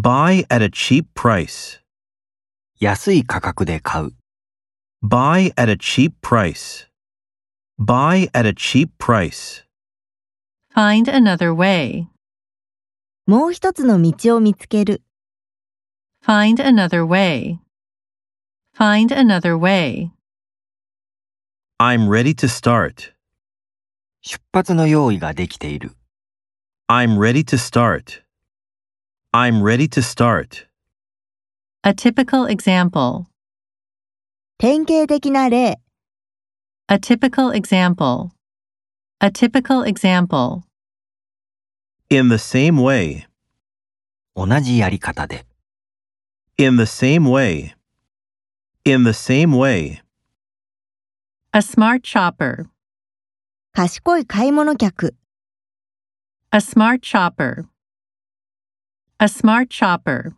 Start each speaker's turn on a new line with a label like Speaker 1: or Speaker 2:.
Speaker 1: Buy at a cheap price.
Speaker 2: 安い価格で買う。
Speaker 1: Buy at a cheap price. Buy at a cheap price.
Speaker 3: Find another way.
Speaker 4: もう一つの道を見つける。
Speaker 3: Find another way. Find another way.
Speaker 1: I'm ready to start.
Speaker 2: 出発の用意ができている。
Speaker 1: I'm ready to start. I'm ready to start.
Speaker 3: A typical example.
Speaker 4: 典型的な例。
Speaker 3: A typical example. A typical example.
Speaker 1: In the same way.
Speaker 2: 同じやり方で。
Speaker 1: In the same way. In the same way.
Speaker 3: A smart shopper.
Speaker 4: 賢い買い物客。
Speaker 3: A smart shopper. A smart shopper.